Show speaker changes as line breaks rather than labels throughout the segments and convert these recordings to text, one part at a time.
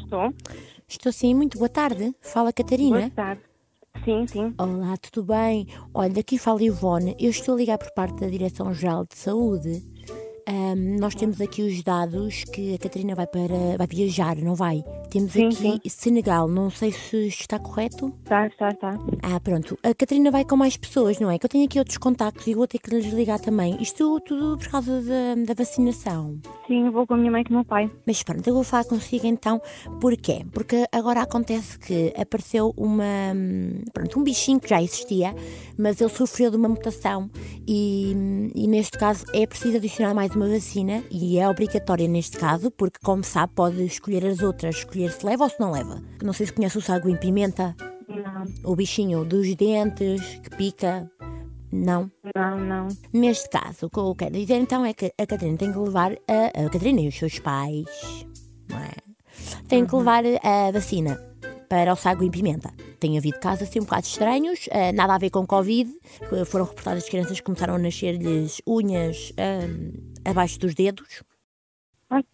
Estou.
Estou sim, muito boa tarde. Fala
Boa
Catarina.
tarde. Sim, sim.
Olá, tudo bem? Olha, daqui fala Ivone. Eu estou a ligar por parte da Direção-Geral de Saúde. Ahm, nós temos aqui os dados que a Catarina vai para vai viajar, não vai? Temos
Sim, sim.
aqui Senegal, não sei se está correto.
Tá, tá, tá.
Ah, pronto. A Catarina vai com mais pessoas, não é? Que eu tenho aqui outros contactos e vou ter que lhes ligar também. Isto tudo por causa da, da vacinação.
Sim, eu vou com a minha mãe e com o meu pai.
Mas pronto, eu vou falar consigo então porquê? Porque agora acontece que apareceu uma, hum, pronto, um bichinho que já existia, mas ele sofreu de uma mutação e, hum, e neste caso é preciso adicionar mais uma vacina e é obrigatória neste caso, porque como sabe pode escolher as outras, escolher se leva ou se não leva. Não sei se conhece o sago em pimenta,
Não,
o bichinho dos dentes que pica, não?
não, não.
Neste caso, o que eu quero dizer então é que a Catarina tem que levar a, a Catarina e os seus pais, não é? Tem que levar a vacina para o sago e pimenta. Tem havido casos assim um bocado estranhos, ah, nada a ver com Covid. Foram reportadas crianças que começaram a nascer-lhes unhas ah, abaixo dos dedos.
Ai,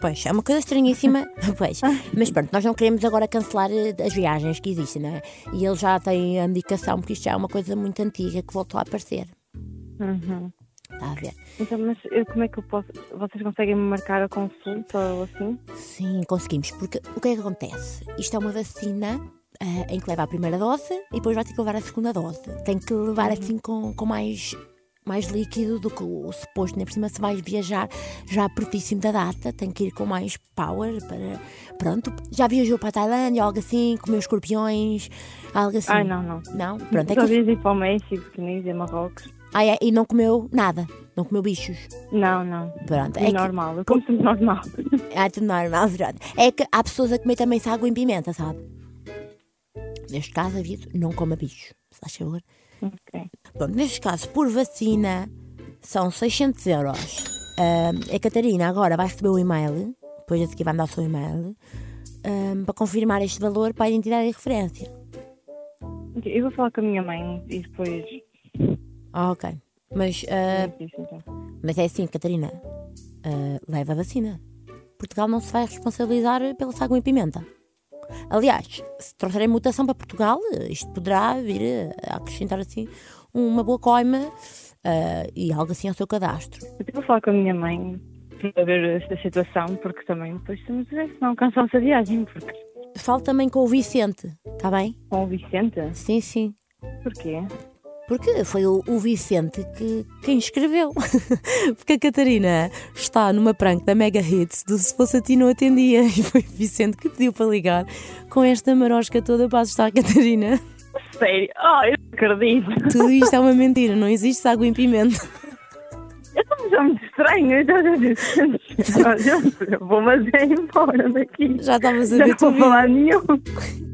Pois, é uma coisa estranhíssima. pois. Mas pronto, nós não queremos agora cancelar eh, as viagens que existem, não é? E eles já têm a indicação, porque isto já é uma coisa muito antiga que voltou a aparecer.
uhum.
Está a ver?
Então, mas eu, como é que eu posso. Vocês conseguem me marcar a consulta ou assim?
Sim, conseguimos, porque o que é que acontece? Isto é uma vacina ah, em que leva a primeira dose e depois vai ter que levar a segunda dose. Tem que levar
Uhum.
assim com, com mais, mais líquido do que o suposto, nem por cima se vais viajar já pertíssimo da data, tem que ir com mais power para. Pronto, já viajou para a Tailândia, algo assim, comeu escorpiões, algo assim.
Ai, não, não.
Não? Pronto, é
Só
que.
dias ir para o México, Tunísia, Marrocos.
Ah, é, e não comeu nada, não comeu bichos.
Não, não.
Pronto,
É
é que-
normal. Eu como sempre normal.
Ah, tudo normal, pronto. É que há pessoas a comer também sago em pimenta, sabe? Neste caso, aviso, não coma bicho. Se faz favor.
ok.
Pronto, neste caso, por vacina, são 600 euros. Ah, a Catarina agora vai receber o e-mail, depois a seguir vai mandar o seu e-mail, ah, para confirmar este valor para a identidade e referência.
Ok, Eu vou falar com a minha mãe e depois.
Ah, ok. Mas, ah,
digo isso, então.
mas é assim, Catarina, ah, leva a vacina. Portugal não se vai responsabilizar pela sago em pimenta. Aliás, se trouxerem mutação para Portugal, eh, isto poderá vir eh, a acrescentar assim uma boa coima eh, e algo assim ao seu cadastro.
Então, Eu tenho que falar com a minha mãe para ver esta situação, porque também depois estamos a ver se não cancelamos a viagem, porque
Falo também com o Vicente, está bem?
com o Vicente,
Sim, sim.
porquê?
Porque foi o, o Vicente que, quem escreveu. Porque a Catarina está numa prank da Mega Hits do Se Fosse a Ti Não Atendia. E foi o Vicente que pediu para ligar com esta marosca toda. Paz está a Catarina.
Sério? Oh, eu não acredito!
Tudo isto é uma mentira, não existe água em pimenta.
Eu estou já muito estranho, eu já já disse. Eu já- eu vou, mas é embora daqui.
Já estavas a
Já
ver
não
tu
vou falar nenhum.